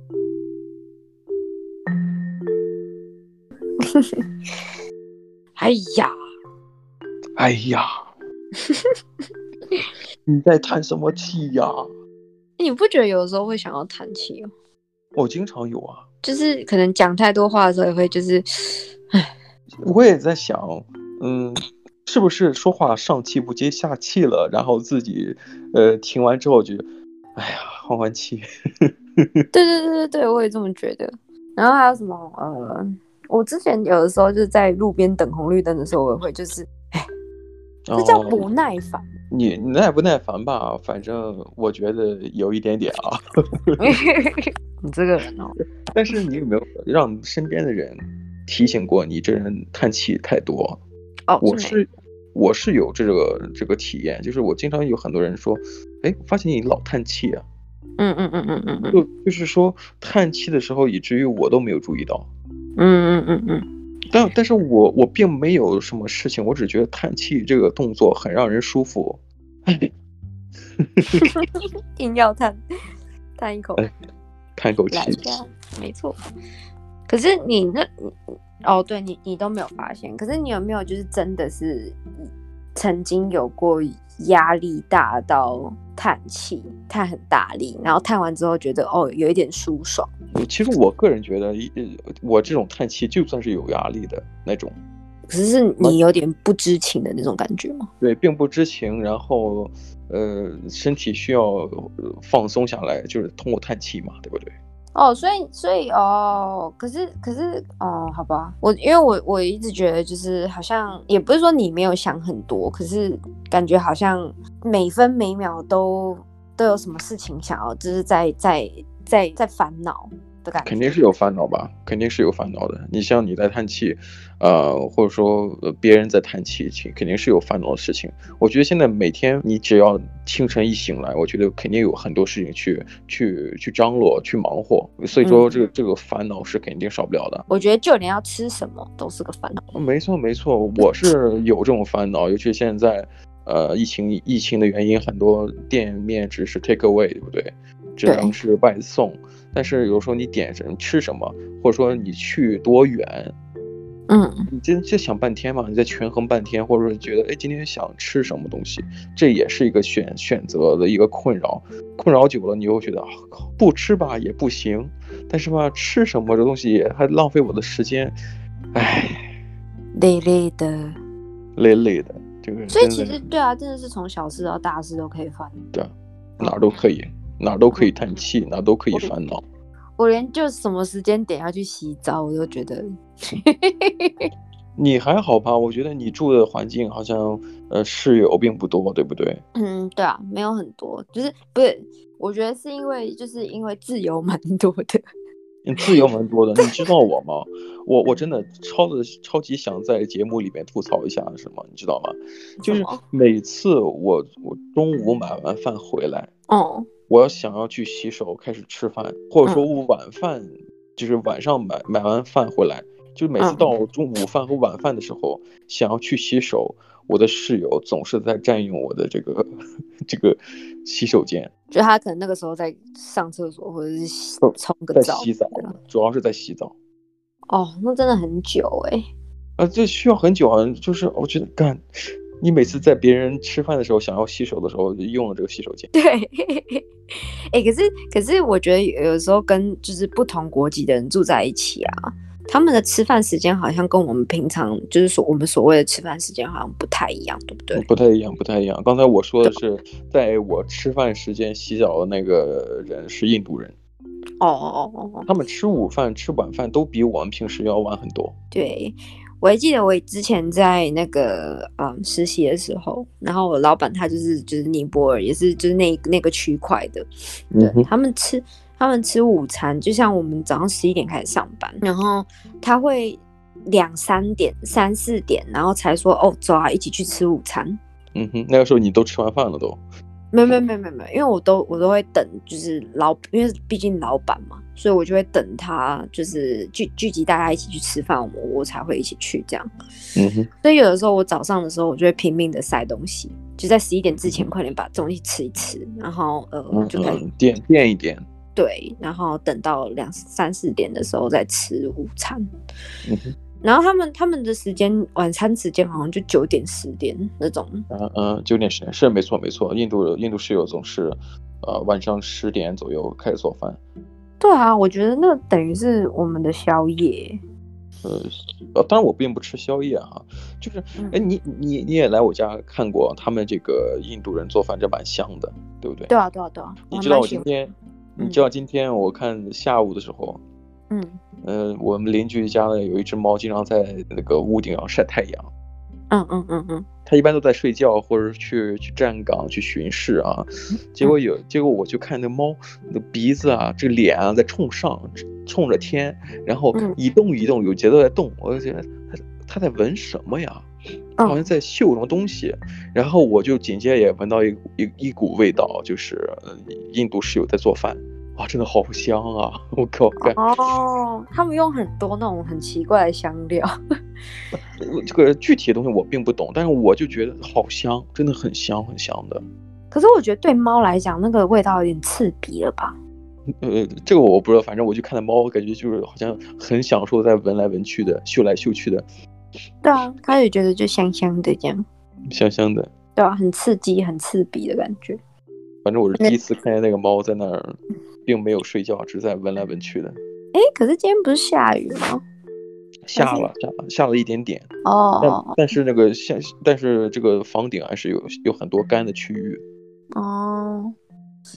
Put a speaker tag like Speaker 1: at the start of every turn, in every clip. Speaker 1: 哎呀，
Speaker 2: 哎呀，你在叹什么气呀？
Speaker 1: 你不觉得有的时候会想要叹气哦？
Speaker 2: 我经常有啊，
Speaker 1: 就是可能讲太多话的时候，也会 就是，
Speaker 2: 我也在想，嗯，是不是说话上气不接下气了？然后自己，呃，听完之后就，哎呀，换换气。
Speaker 1: 对对对对对，我也这么觉得。然后还有什么？呃，我之前有的时候就是在路边等红绿灯的时候，我也会就是，这叫
Speaker 2: 哦
Speaker 1: 不耐烦。
Speaker 2: 你你耐不耐烦吧？反正我觉得有一点点啊。
Speaker 1: 你这个人哦，
Speaker 2: 但是你有没有让身边的人提醒过你这人叹气太多？
Speaker 1: 哦，
Speaker 2: 我
Speaker 1: 没
Speaker 2: 是我是有这个这个体验，就是我经常有很多人说，哎，我发现你老叹气啊，
Speaker 1: 嗯嗯嗯嗯嗯嗯
Speaker 2: 就就是说叹气的时候，以至于我都没有注意到。
Speaker 1: 嗯嗯嗯嗯，
Speaker 2: 但但是我我并没有什么事情，我只觉得叹气这个动作很让人舒服。
Speaker 1: 硬要叹叹一口
Speaker 2: 哎叹口气
Speaker 1: 来，这样，没错。可是你那哦，对你你都没有发现，可是你有没有就是真的是曾经有过压力大到叹气，叹很大力，然后叹完之后觉得哦有一点舒爽，
Speaker 2: 我其实我个人觉得，一呃我这种叹气就算是有压力的那种，
Speaker 1: 可是是你有点不知情的那种感觉吗？
Speaker 2: 对，并不知情，然后呃，身体需要呃放松下来，就是通过叹气嘛，对不对？
Speaker 1: 哦，所以所以哦，可是可是哦，好吧，我因为我我一直觉得就是好像也不是说你没有想很多，可是感觉好像每分每秒都都有什么事情想要，就是在在在在烦恼的感觉。
Speaker 2: 肯定是有烦恼吧，肯定是有烦恼的。你像你在叹气，呃，或者说呃别人在叹气，其肯定是有烦恼的事情。我觉得现在每天你只要清晨一醒来，我觉得肯定有很多事情去去去张罗、去忙活，所以说
Speaker 1: 嗯
Speaker 2: 这个、这个烦恼是肯定少不了的。
Speaker 1: 我觉得就连要吃什么都是个烦恼。
Speaker 2: 没错，没错，我是有这种烦恼，尤其现在，呃，疫情疫情的原因，很多店面只是 take away，对不对？只
Speaker 1: 对
Speaker 2: 能是外送。但是有时候你点什么吃什么，或者说你去多远，
Speaker 1: 嗯，
Speaker 2: 你这这想半天嘛，你再权衡半天，或者说觉得哎今天想吃什么东西，这也是一个选选择的一个困扰。困扰久了，你又觉得啊靠，不吃吧也不行，但是吧吃什么这东西也还浪费我的时间，唉。
Speaker 1: 累累的。
Speaker 2: 累累的，这个人
Speaker 1: 所以
Speaker 2: 真
Speaker 1: 其
Speaker 2: 的
Speaker 1: 实对啊，真的是从小事到大事都可以烦。
Speaker 2: 哪儿都可以，哪儿都可以叹气，哪儿都可以烦恼。
Speaker 1: 我连就什么时间点要去洗澡，我都觉得
Speaker 2: 你还好吧？我觉得你住的环境好像呃室友并不多，对不对？
Speaker 1: 嗯，对啊，没有很多，就是不是？我觉得是因为就是因为自由蛮多的，
Speaker 2: 你自由蛮多的，你知道我吗？我我真的超的超级想在节目里面吐槽一下什么，你知道吗？就是
Speaker 1: 什么
Speaker 2: 每次我我中午买完饭回来，
Speaker 1: 哦，
Speaker 2: 我要想要去洗手开始吃饭，或者说
Speaker 1: 嗯
Speaker 2: 我晚饭、就是晚上买买完饭回来，就是每次
Speaker 1: 嗯
Speaker 2: 到中午饭和晚饭的时候，想要去洗手，我的室友总是在占用我的这个这个洗手间，
Speaker 1: 就他可能那个时候在上厕所或者是洗
Speaker 2: 不
Speaker 1: 冲个
Speaker 2: 在
Speaker 1: 澡
Speaker 2: 洗澡
Speaker 1: 对啊，
Speaker 2: 主要是在洗澡
Speaker 1: 哦，那真的很久哎、
Speaker 2: 啊，这需要很久啊，就是我觉得干。你每次在别人吃饭的时候想要洗手的时候，就用了这个洗手间，
Speaker 1: 对，哎、可是可是我觉得有时候跟就是不同国籍的人住在一起啊，他们的吃饭时间好像跟我们平常就是说我们所谓的吃饭时间好像不太一样，对不对？
Speaker 2: 不太一样，不太一样。刚才我说的是，在我吃饭时间洗澡的那个人是印度人，
Speaker 1: 哦哦哦哦哦，
Speaker 2: 他们吃午饭、吃晚饭都比我们平时要晚很多。
Speaker 1: 对，我还记得我之前在那个嗯实习的时候，然后我老板他就是就是尼泊尔，也是就是那那个区块的，对、
Speaker 2: 嗯哼
Speaker 1: 他们吃他们吃午餐，就像我们早上十一点开始上班，然后他会两三点、三四点，然后才说哦走啊，一起去吃午餐。
Speaker 2: 嗯哼，那个时候你都吃完饭了都。
Speaker 1: 没有没有没有没有没有，因为我都我都会等，就是老，因为毕竟老板嘛，所以我就会等他，就是聚聚集大家一起去吃饭，我我才会一起去这样。
Speaker 2: 嗯哼，
Speaker 1: 所以有的时候我早上的时候，我就会拼命的塞东西，就在十一点之前快点把东西吃一吃，然后呃
Speaker 2: 嗯
Speaker 1: 就开始
Speaker 2: 嗯，垫垫一点。
Speaker 1: 对，然后等到两三四点的时候再吃午餐。
Speaker 2: 嗯哼，
Speaker 1: 然后他们他们的时间晚餐时间好像就九点十点那种，
Speaker 2: 嗯嗯，九点十点是没错没错，印度印度室友总是，呃，晚上十点左右开始做饭，
Speaker 1: 对啊，我觉得那等于是我们的宵夜。
Speaker 2: 呃，呃，当然我并不吃宵夜啊，就是，
Speaker 1: 嗯
Speaker 2: 哎，你你你也来我家看过，他们这个印度人做饭这蛮香的，对不对？
Speaker 1: 对啊，对啊，对啊，
Speaker 2: 你
Speaker 1: 还
Speaker 2: 知道
Speaker 1: 蛮
Speaker 2: 我
Speaker 1: 喜
Speaker 2: 今
Speaker 1: 欢
Speaker 2: 天，你
Speaker 1: 嗯
Speaker 2: 知道今天我看下午的时候，
Speaker 1: 嗯
Speaker 2: 呃，我们邻居家呢有一只猫，经常在那个屋顶上晒太阳。
Speaker 1: 嗯嗯嗯嗯，
Speaker 2: 它一般都在睡觉，或者是去去站岗去巡视啊。结果有，结果我就看那猫的鼻子啊，这个脸啊在冲上，冲着天，然后
Speaker 1: 嗯
Speaker 2: 一动一动，有节奏在动。我就觉得它它在闻什么呀？它好像在嗅什么东西。然后我就紧接着也闻到一一一股味道，就是呃印度室友在做饭。哇，真的好香啊！ 我靠，感
Speaker 1: 哦，他们用很多那种很奇怪的香料，
Speaker 2: 我这个具体的东西我并不懂，但是我就觉得好香，真的很香很香的。
Speaker 1: 可是我觉得对猫来讲，那个味道有点刺鼻了吧？
Speaker 2: 呃，这个我不知道，反正我就看到猫，感觉就是好像很享受在闻来闻去的、嗅来嗅去的，
Speaker 1: 对啊，它也觉得就香香的这样，
Speaker 2: 香香的。
Speaker 1: 对啊，很刺激、很刺鼻的感觉。
Speaker 2: 反正我是
Speaker 1: 那
Speaker 2: 第一次看见那个猫在那儿，并没有睡觉，只是在闻来闻去的。
Speaker 1: 哎，可是今天不是下雨吗？
Speaker 2: 下了下了下了一点点，但
Speaker 1: 哦
Speaker 2: 但是那个像但是这个房顶还是有有很多干的区域。
Speaker 1: 哦，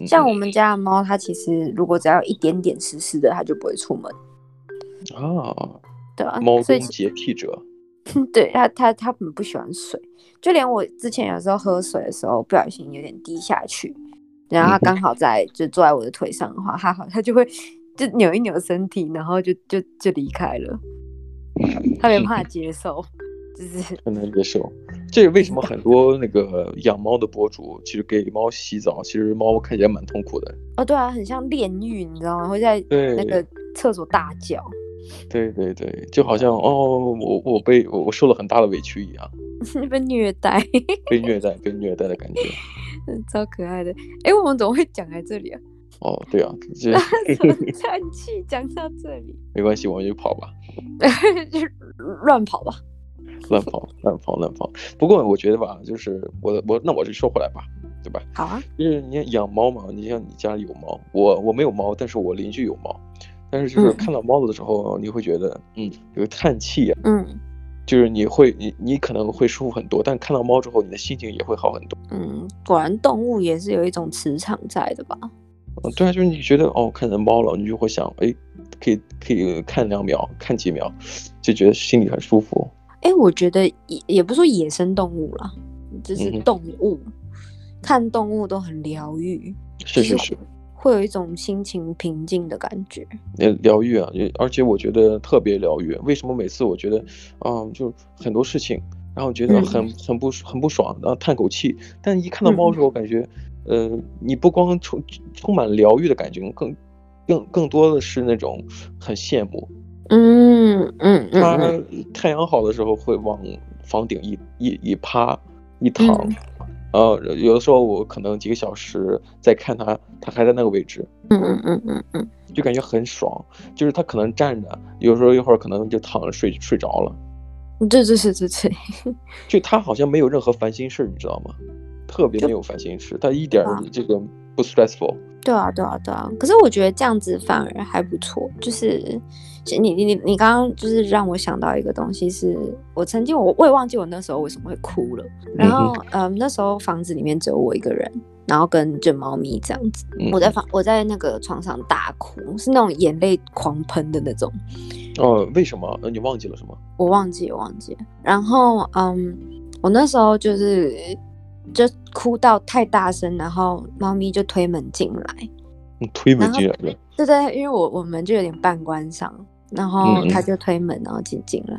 Speaker 2: 嗯
Speaker 1: 像我们家的猫，它其实如果只要有一点点湿湿的，它就不会出门，
Speaker 2: 啊，
Speaker 1: 对啊，
Speaker 2: 猫
Speaker 1: 所
Speaker 2: 中
Speaker 1: 以嗯
Speaker 2: 洁癖者，
Speaker 1: 对它它它很不喜欢水，就连我之前有时候喝水的时候不小心有点滴下去，然后它
Speaker 2: 嗯
Speaker 1: 刚好在就坐在我的腿上的话，它好它就会就扭一扭身体，然后就就就离开了，它没办法接受，就是
Speaker 2: 很难接受。这为什么很多那个养猫的博主，其实给猫洗澡，其实猫看起来蛮痛苦的。
Speaker 1: 哦对啊，很像炼狱，你知道吗？会在
Speaker 2: 对，
Speaker 1: 那个厕所大叫，
Speaker 2: 对对对，就好像哦，我我被我我受了很大的委屈一样，
Speaker 1: 被虐待，
Speaker 2: 被虐待被虐待的感觉。
Speaker 1: 超可爱的。哎，我们怎么会讲来这里啊？
Speaker 2: 哦，对啊，这
Speaker 1: 怎么叹气讲到这里，
Speaker 2: 没关系，我们就跑吧，
Speaker 1: 就乱跑吧。
Speaker 2: 乱跑乱跑乱跑。不过我觉得吧，就是我我那我就说回来吧，对吧？
Speaker 1: 好啊，
Speaker 2: 就是你看养猫嘛，你像你家里有猫，我我没有猫，但是我邻居有猫，但是就是
Speaker 1: 嗯
Speaker 2: 看到猫的时候，你会觉得嗯有个叹气啊，
Speaker 1: 嗯
Speaker 2: 就是你会你你可能会舒服很多，但看到猫之后，你的心情也会好很多。
Speaker 1: 嗯，果然动物也是有一种磁场在的吧？
Speaker 2: 呃对啊，就是你觉得哦，看见猫了，你就会想，哎，可以可以看两秒，看几秒，就觉得心里很舒服。
Speaker 1: 哎、我觉得也也不说野生动物啦，就是
Speaker 2: 嗯哼
Speaker 1: 动物，看动物都很疗愈，
Speaker 2: 是是，
Speaker 1: 就是会有一种心情平静的感觉。
Speaker 2: 呃，疗愈啊，也而且我觉得特别疗愈。为什么每次我觉得，嗯，就很多事情，然后觉得
Speaker 1: 嗯
Speaker 2: 很、很不很不爽，然后叹口气，但一看到
Speaker 1: 嗯
Speaker 2: 猫的时候，感觉，呃，你不光充充满疗愈的感觉，更更更多的是那种很羡慕。
Speaker 1: 嗯嗯嗯
Speaker 2: 它
Speaker 1: 嗯，
Speaker 2: 太阳好的时候会往房顶一一一趴一躺，
Speaker 1: 嗯
Speaker 2: 呃，有的时候我可能几个小时再看它，它还在那个位置，
Speaker 1: 嗯嗯嗯嗯嗯，
Speaker 2: 就感觉很爽。就是它可能站着，有时候一会儿可能就躺着睡睡着了，
Speaker 1: 嗯对对对对对，
Speaker 2: 就它好像没有任何烦心事儿，你知道吗？特别没有烦心事，它一点儿
Speaker 1: 哇
Speaker 2: 这个不 stressful。
Speaker 1: 对啊对啊对啊。可是我觉得这样子反而还不错，就是其实你你你你刚刚就是让我想到一个东西是，我曾经我我也忘记我那时候为什么会哭了。然后，嗯，那时候房子里面只有我一个人，然后跟这猫咪这样子。
Speaker 2: 嗯
Speaker 1: 我在房，我在那个床上大哭，是那种眼泪狂喷的那种。
Speaker 2: 哦，为什么？呃你忘记了什么？
Speaker 1: 我忘记，我忘记了。然后，嗯，我那时候就是就哭到太大声，然后猫咪就推门进来。
Speaker 2: 你嗯推门
Speaker 1: 然后
Speaker 2: 进来了。
Speaker 1: 对对，因为我我们就有点半关上，然后
Speaker 2: 嗯嗯
Speaker 1: 他就推门，然后进进来，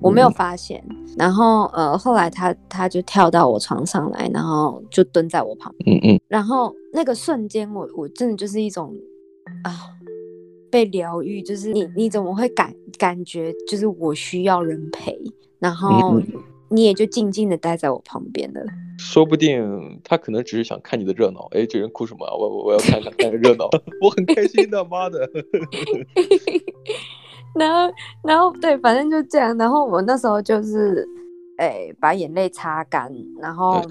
Speaker 1: 我没有
Speaker 2: 嗯
Speaker 1: 发现。然后，呃，后来他他就跳到我床上来，然后就蹲在我旁边。
Speaker 2: 嗯嗯
Speaker 1: 然后那个瞬间我，我真的就是一种啊被疗愈，就是你你怎么会感感觉就是我需要人陪，然后
Speaker 2: 嗯
Speaker 1: 你也就静静的待在我旁边了。
Speaker 2: 说不定他可能只是想看你的热闹。哎，这人哭什么啊？我我我要看看看个热闹，我很开心的，妈的！
Speaker 1: 然后，然后对，反正就这样。然后我那时候就是，哎，把眼泪擦干，然后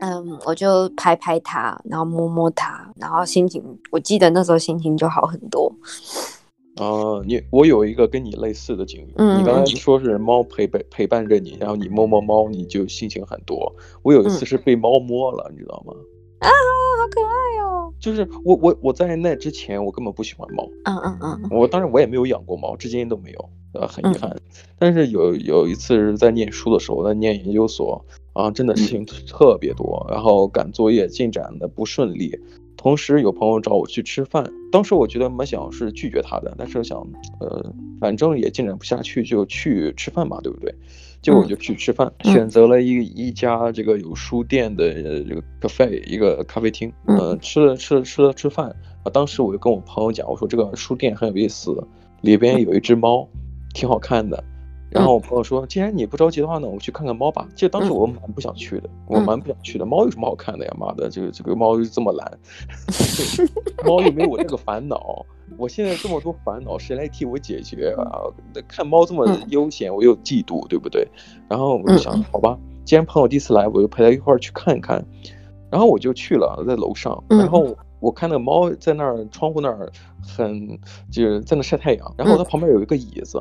Speaker 2: 嗯，
Speaker 1: 嗯，我就拍拍它，然后摸摸它，然后心情，我记得那时候心情就好很多。
Speaker 2: 哦，你我有一个跟你类似的经历，
Speaker 1: 嗯
Speaker 2: 你刚才说是猫陪伴陪伴着你，然后你摸摸猫，你就心情很多。我有一
Speaker 1: 嗯
Speaker 2: 次是被猫摸了，你知道吗？
Speaker 1: 啊，好可爱哦！
Speaker 2: 就是我我我在那之前我根本不喜欢猫，
Speaker 1: 嗯嗯嗯
Speaker 2: 我当然我也没有养过猫，至今都没有，呃，很遗憾。但是有有一次是在念书的时候，在念研究所啊，真的事
Speaker 1: 嗯
Speaker 2: 情特别多，然后赶作业进展的不顺利，同时有朋友找我去吃饭，当时我觉得蛮想是拒绝他的，但是我想，呃，反正也进展不下去，就去吃饭吧，对不对？结果我就去吃饭，
Speaker 1: 嗯
Speaker 2: 选择了一一家这个有书店的呃这个 cafe 一个咖啡厅，
Speaker 1: 嗯
Speaker 2: 呃，吃了吃了吃了吃饭，啊，当时我就跟我朋友讲，我说这个书店很有意思，里边有一只猫，挺好看的。然后我朋友说，既然你不着急的话呢，我去看看猫吧。其实当时
Speaker 1: 嗯
Speaker 2: 我蛮不想去的，我
Speaker 1: 嗯
Speaker 2: 蛮不想去的。猫有什么好看的呀？妈的，这个这个猫又这么懒， 猫又没有我这个烦恼。我现在这么多烦恼，谁来替我解决啊？那看猫这么
Speaker 1: 嗯
Speaker 2: 悠闲，我又嫉妒，对不对？然后我就想
Speaker 1: 嗯，
Speaker 2: 好吧，既然朋友第一次来，我就陪他一块儿去看一看。然后我就去了，在楼上，
Speaker 1: 嗯
Speaker 2: 然后我看那个猫在那儿窗户那儿很就是在那晒太阳，然后它旁边有一个椅子，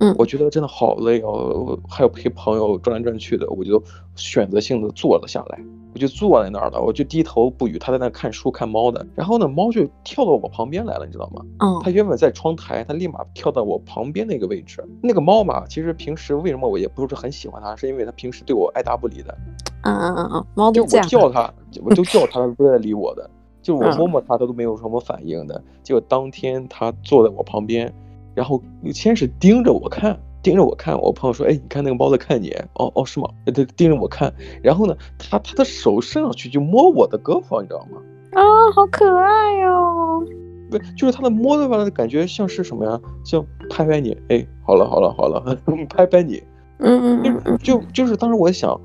Speaker 1: 嗯
Speaker 2: 我觉得真的好累哦，我还有陪朋友转来转去的，我就选择性的坐了下来，我就坐在那儿了，我就低头不语，它在那看书看猫的，然后呢，猫就跳到我旁边来了，你知道吗？
Speaker 1: 嗯
Speaker 2: 它原本在窗台，它立马跳到我旁边那个位置。那个猫嘛，其实平时为什么我也不是很喜欢它，是因为它平时对我爱答不理的，
Speaker 1: 嗯嗯嗯嗯，猫
Speaker 2: 就
Speaker 1: 都
Speaker 2: 我
Speaker 1: 这样。
Speaker 2: 叫它，就我就叫它，它不太理我的。就我
Speaker 1: 嗯
Speaker 2: 摸摸它，它都没有什么反应的。结果当天它坐在我旁边，然后先是盯着我看，盯着我看。我朋友说：“哎，你看那个猫在看你。”哦哦，是吗？它盯着我看。然后呢，它它的手伸上去就摸我的胳膊，你知道吗？
Speaker 1: 啊、好可爱哦！
Speaker 2: 不，就是它的摸的吧，感觉像是什么呀？像拍拍你，哎，好了好了好了， 拍拍你，
Speaker 1: 嗯嗯嗯
Speaker 2: 就
Speaker 1: 嗯
Speaker 2: 就就是当时我想，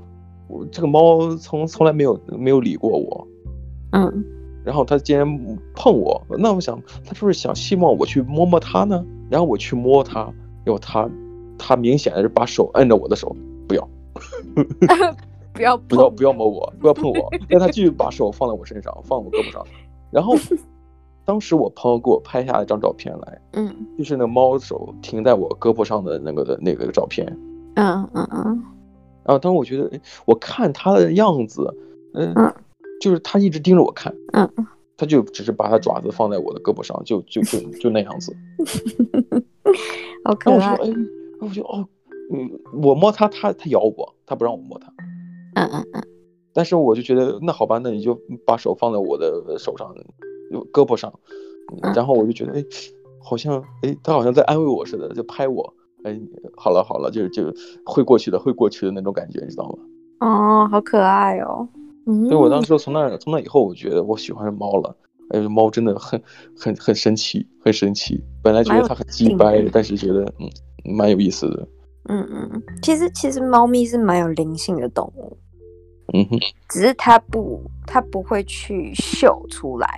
Speaker 2: 我这个猫从从来没有没有理过我，
Speaker 1: 嗯
Speaker 2: 然后它竟然碰我，那我想它是不是想希望我去摸摸它呢？然后我去摸它，然后它它明显的是把手摁着我的手，不要
Speaker 1: 嗯，不要
Speaker 2: 不要不要摸我，不要 碰我，让它继续把手放在我身上，放我胳膊上，然后当时我朋友给我拍下一张照片来。
Speaker 1: 嗯
Speaker 2: 就是那猫手停在我胳膊上的那个的那个照片。
Speaker 1: 嗯嗯嗯
Speaker 2: 然后当时我觉得，诶我看它的样子，嗯、
Speaker 1: 嗯
Speaker 2: 就是它一直盯着我看，
Speaker 1: 嗯，
Speaker 2: 它就只是把它爪子放在我的胳膊上，就就就就那样子。
Speaker 1: 好可
Speaker 2: 然后我
Speaker 1: 爱。
Speaker 2: 说，哎，我就哦，嗯，我摸它，它它咬我，它不让我摸它。
Speaker 1: 嗯嗯嗯
Speaker 2: 但是我就觉得，那好吧，那你就把手放在我的手上，胳膊上，
Speaker 1: 嗯
Speaker 2: 然后我就觉得，哎，好像，哎，他好像在安慰我似的，就拍我，哎，好了好了，就是就会过去的，会过去的那种感觉，你知道吗？
Speaker 1: 哦，好可爱哦。嗯，
Speaker 2: 所以我当时从那从那以后，我觉得我喜欢上猫了。哎，猫真的很很很神奇，很神奇。本来觉得它很鸡
Speaker 1: 蛮有
Speaker 2: 掰
Speaker 1: 灵性的，
Speaker 2: 但是觉得嗯蛮有意思的。
Speaker 1: 嗯嗯，嗯其实其实猫咪是蛮有灵性的动物，
Speaker 2: 嗯哼，
Speaker 1: 只是它不它不会去秀出来。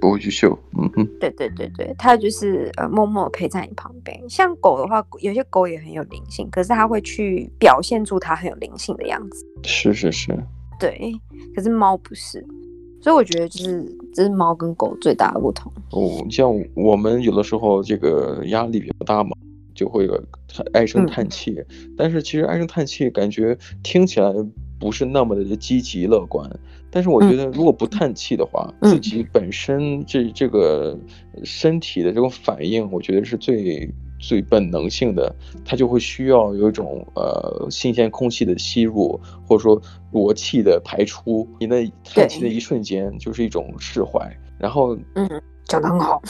Speaker 2: 不会去秀。嗯哼，
Speaker 1: 对对对对，它就是呃默默陪在你旁边。像狗的话，有些狗也很有灵性，可是它会去表现出它很有灵性的样子。
Speaker 2: 是是是。
Speaker 1: 对，可是猫不是，所以我觉得就是这是猫跟狗最大的不同。
Speaker 2: 哦，像我们有的时候这个压力比较大嘛，就会有叹唉声
Speaker 1: 嗯
Speaker 2: 叹气。但是其实唉声叹气感觉听起来不是那么的积极乐观。但是我觉
Speaker 1: 嗯
Speaker 2: 得，如果不叹气的话，
Speaker 1: 嗯
Speaker 2: 自己本身这这个身体的这种反应，我觉得是最最本能性的，它就会需要有一种呃新鲜空气的吸入，或者说浊气的排出。你那叹气的
Speaker 1: 对
Speaker 2: 一瞬间，就是一种释怀。然后
Speaker 1: 嗯，讲得很好，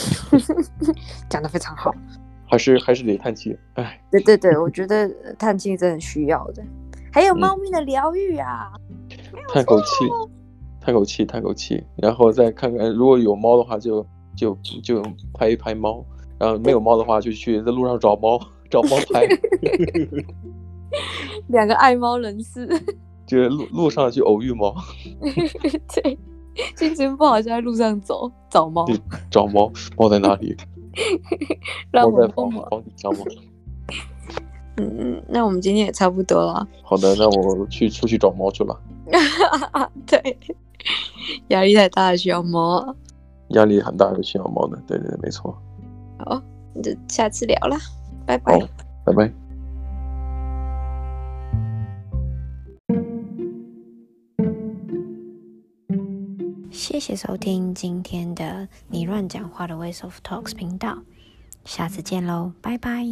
Speaker 1: 讲得非常好。
Speaker 2: 还是还是得叹气，唉，
Speaker 1: 对对对，我觉得呃探亲真的很需要的，还有
Speaker 2: 嗯
Speaker 1: 猫咪的疗愈啊。
Speaker 2: 叹口气，叹口气，叹口气，然后再看看如果有猫的话就，就就拍一拍猫，然后没有猫的话，就去在路上找猫，找猫拍，
Speaker 1: 两个爱猫人士，
Speaker 2: 就是路路上去偶遇猫，
Speaker 1: 对，心情不好就在路上走找猫
Speaker 2: 对找猫，猫在哪里？
Speaker 1: 让
Speaker 2: 我在
Speaker 1: 默
Speaker 2: 房
Speaker 1: 默。
Speaker 2: 房顶上吗？
Speaker 1: 嗯嗯，那我们今天也差不多了。
Speaker 2: 好的，那我去出去找猫去了，
Speaker 1: 对， 压力太大了，需要猫。
Speaker 2: 压力很大，有需要猫的。对对对，没错。
Speaker 1: 好，那就下次聊啦，拜拜
Speaker 2: 好。，拜拜。
Speaker 3: 谢谢收听今天的你乱讲话的 Ways of Talks 频道，下次见喽，拜拜。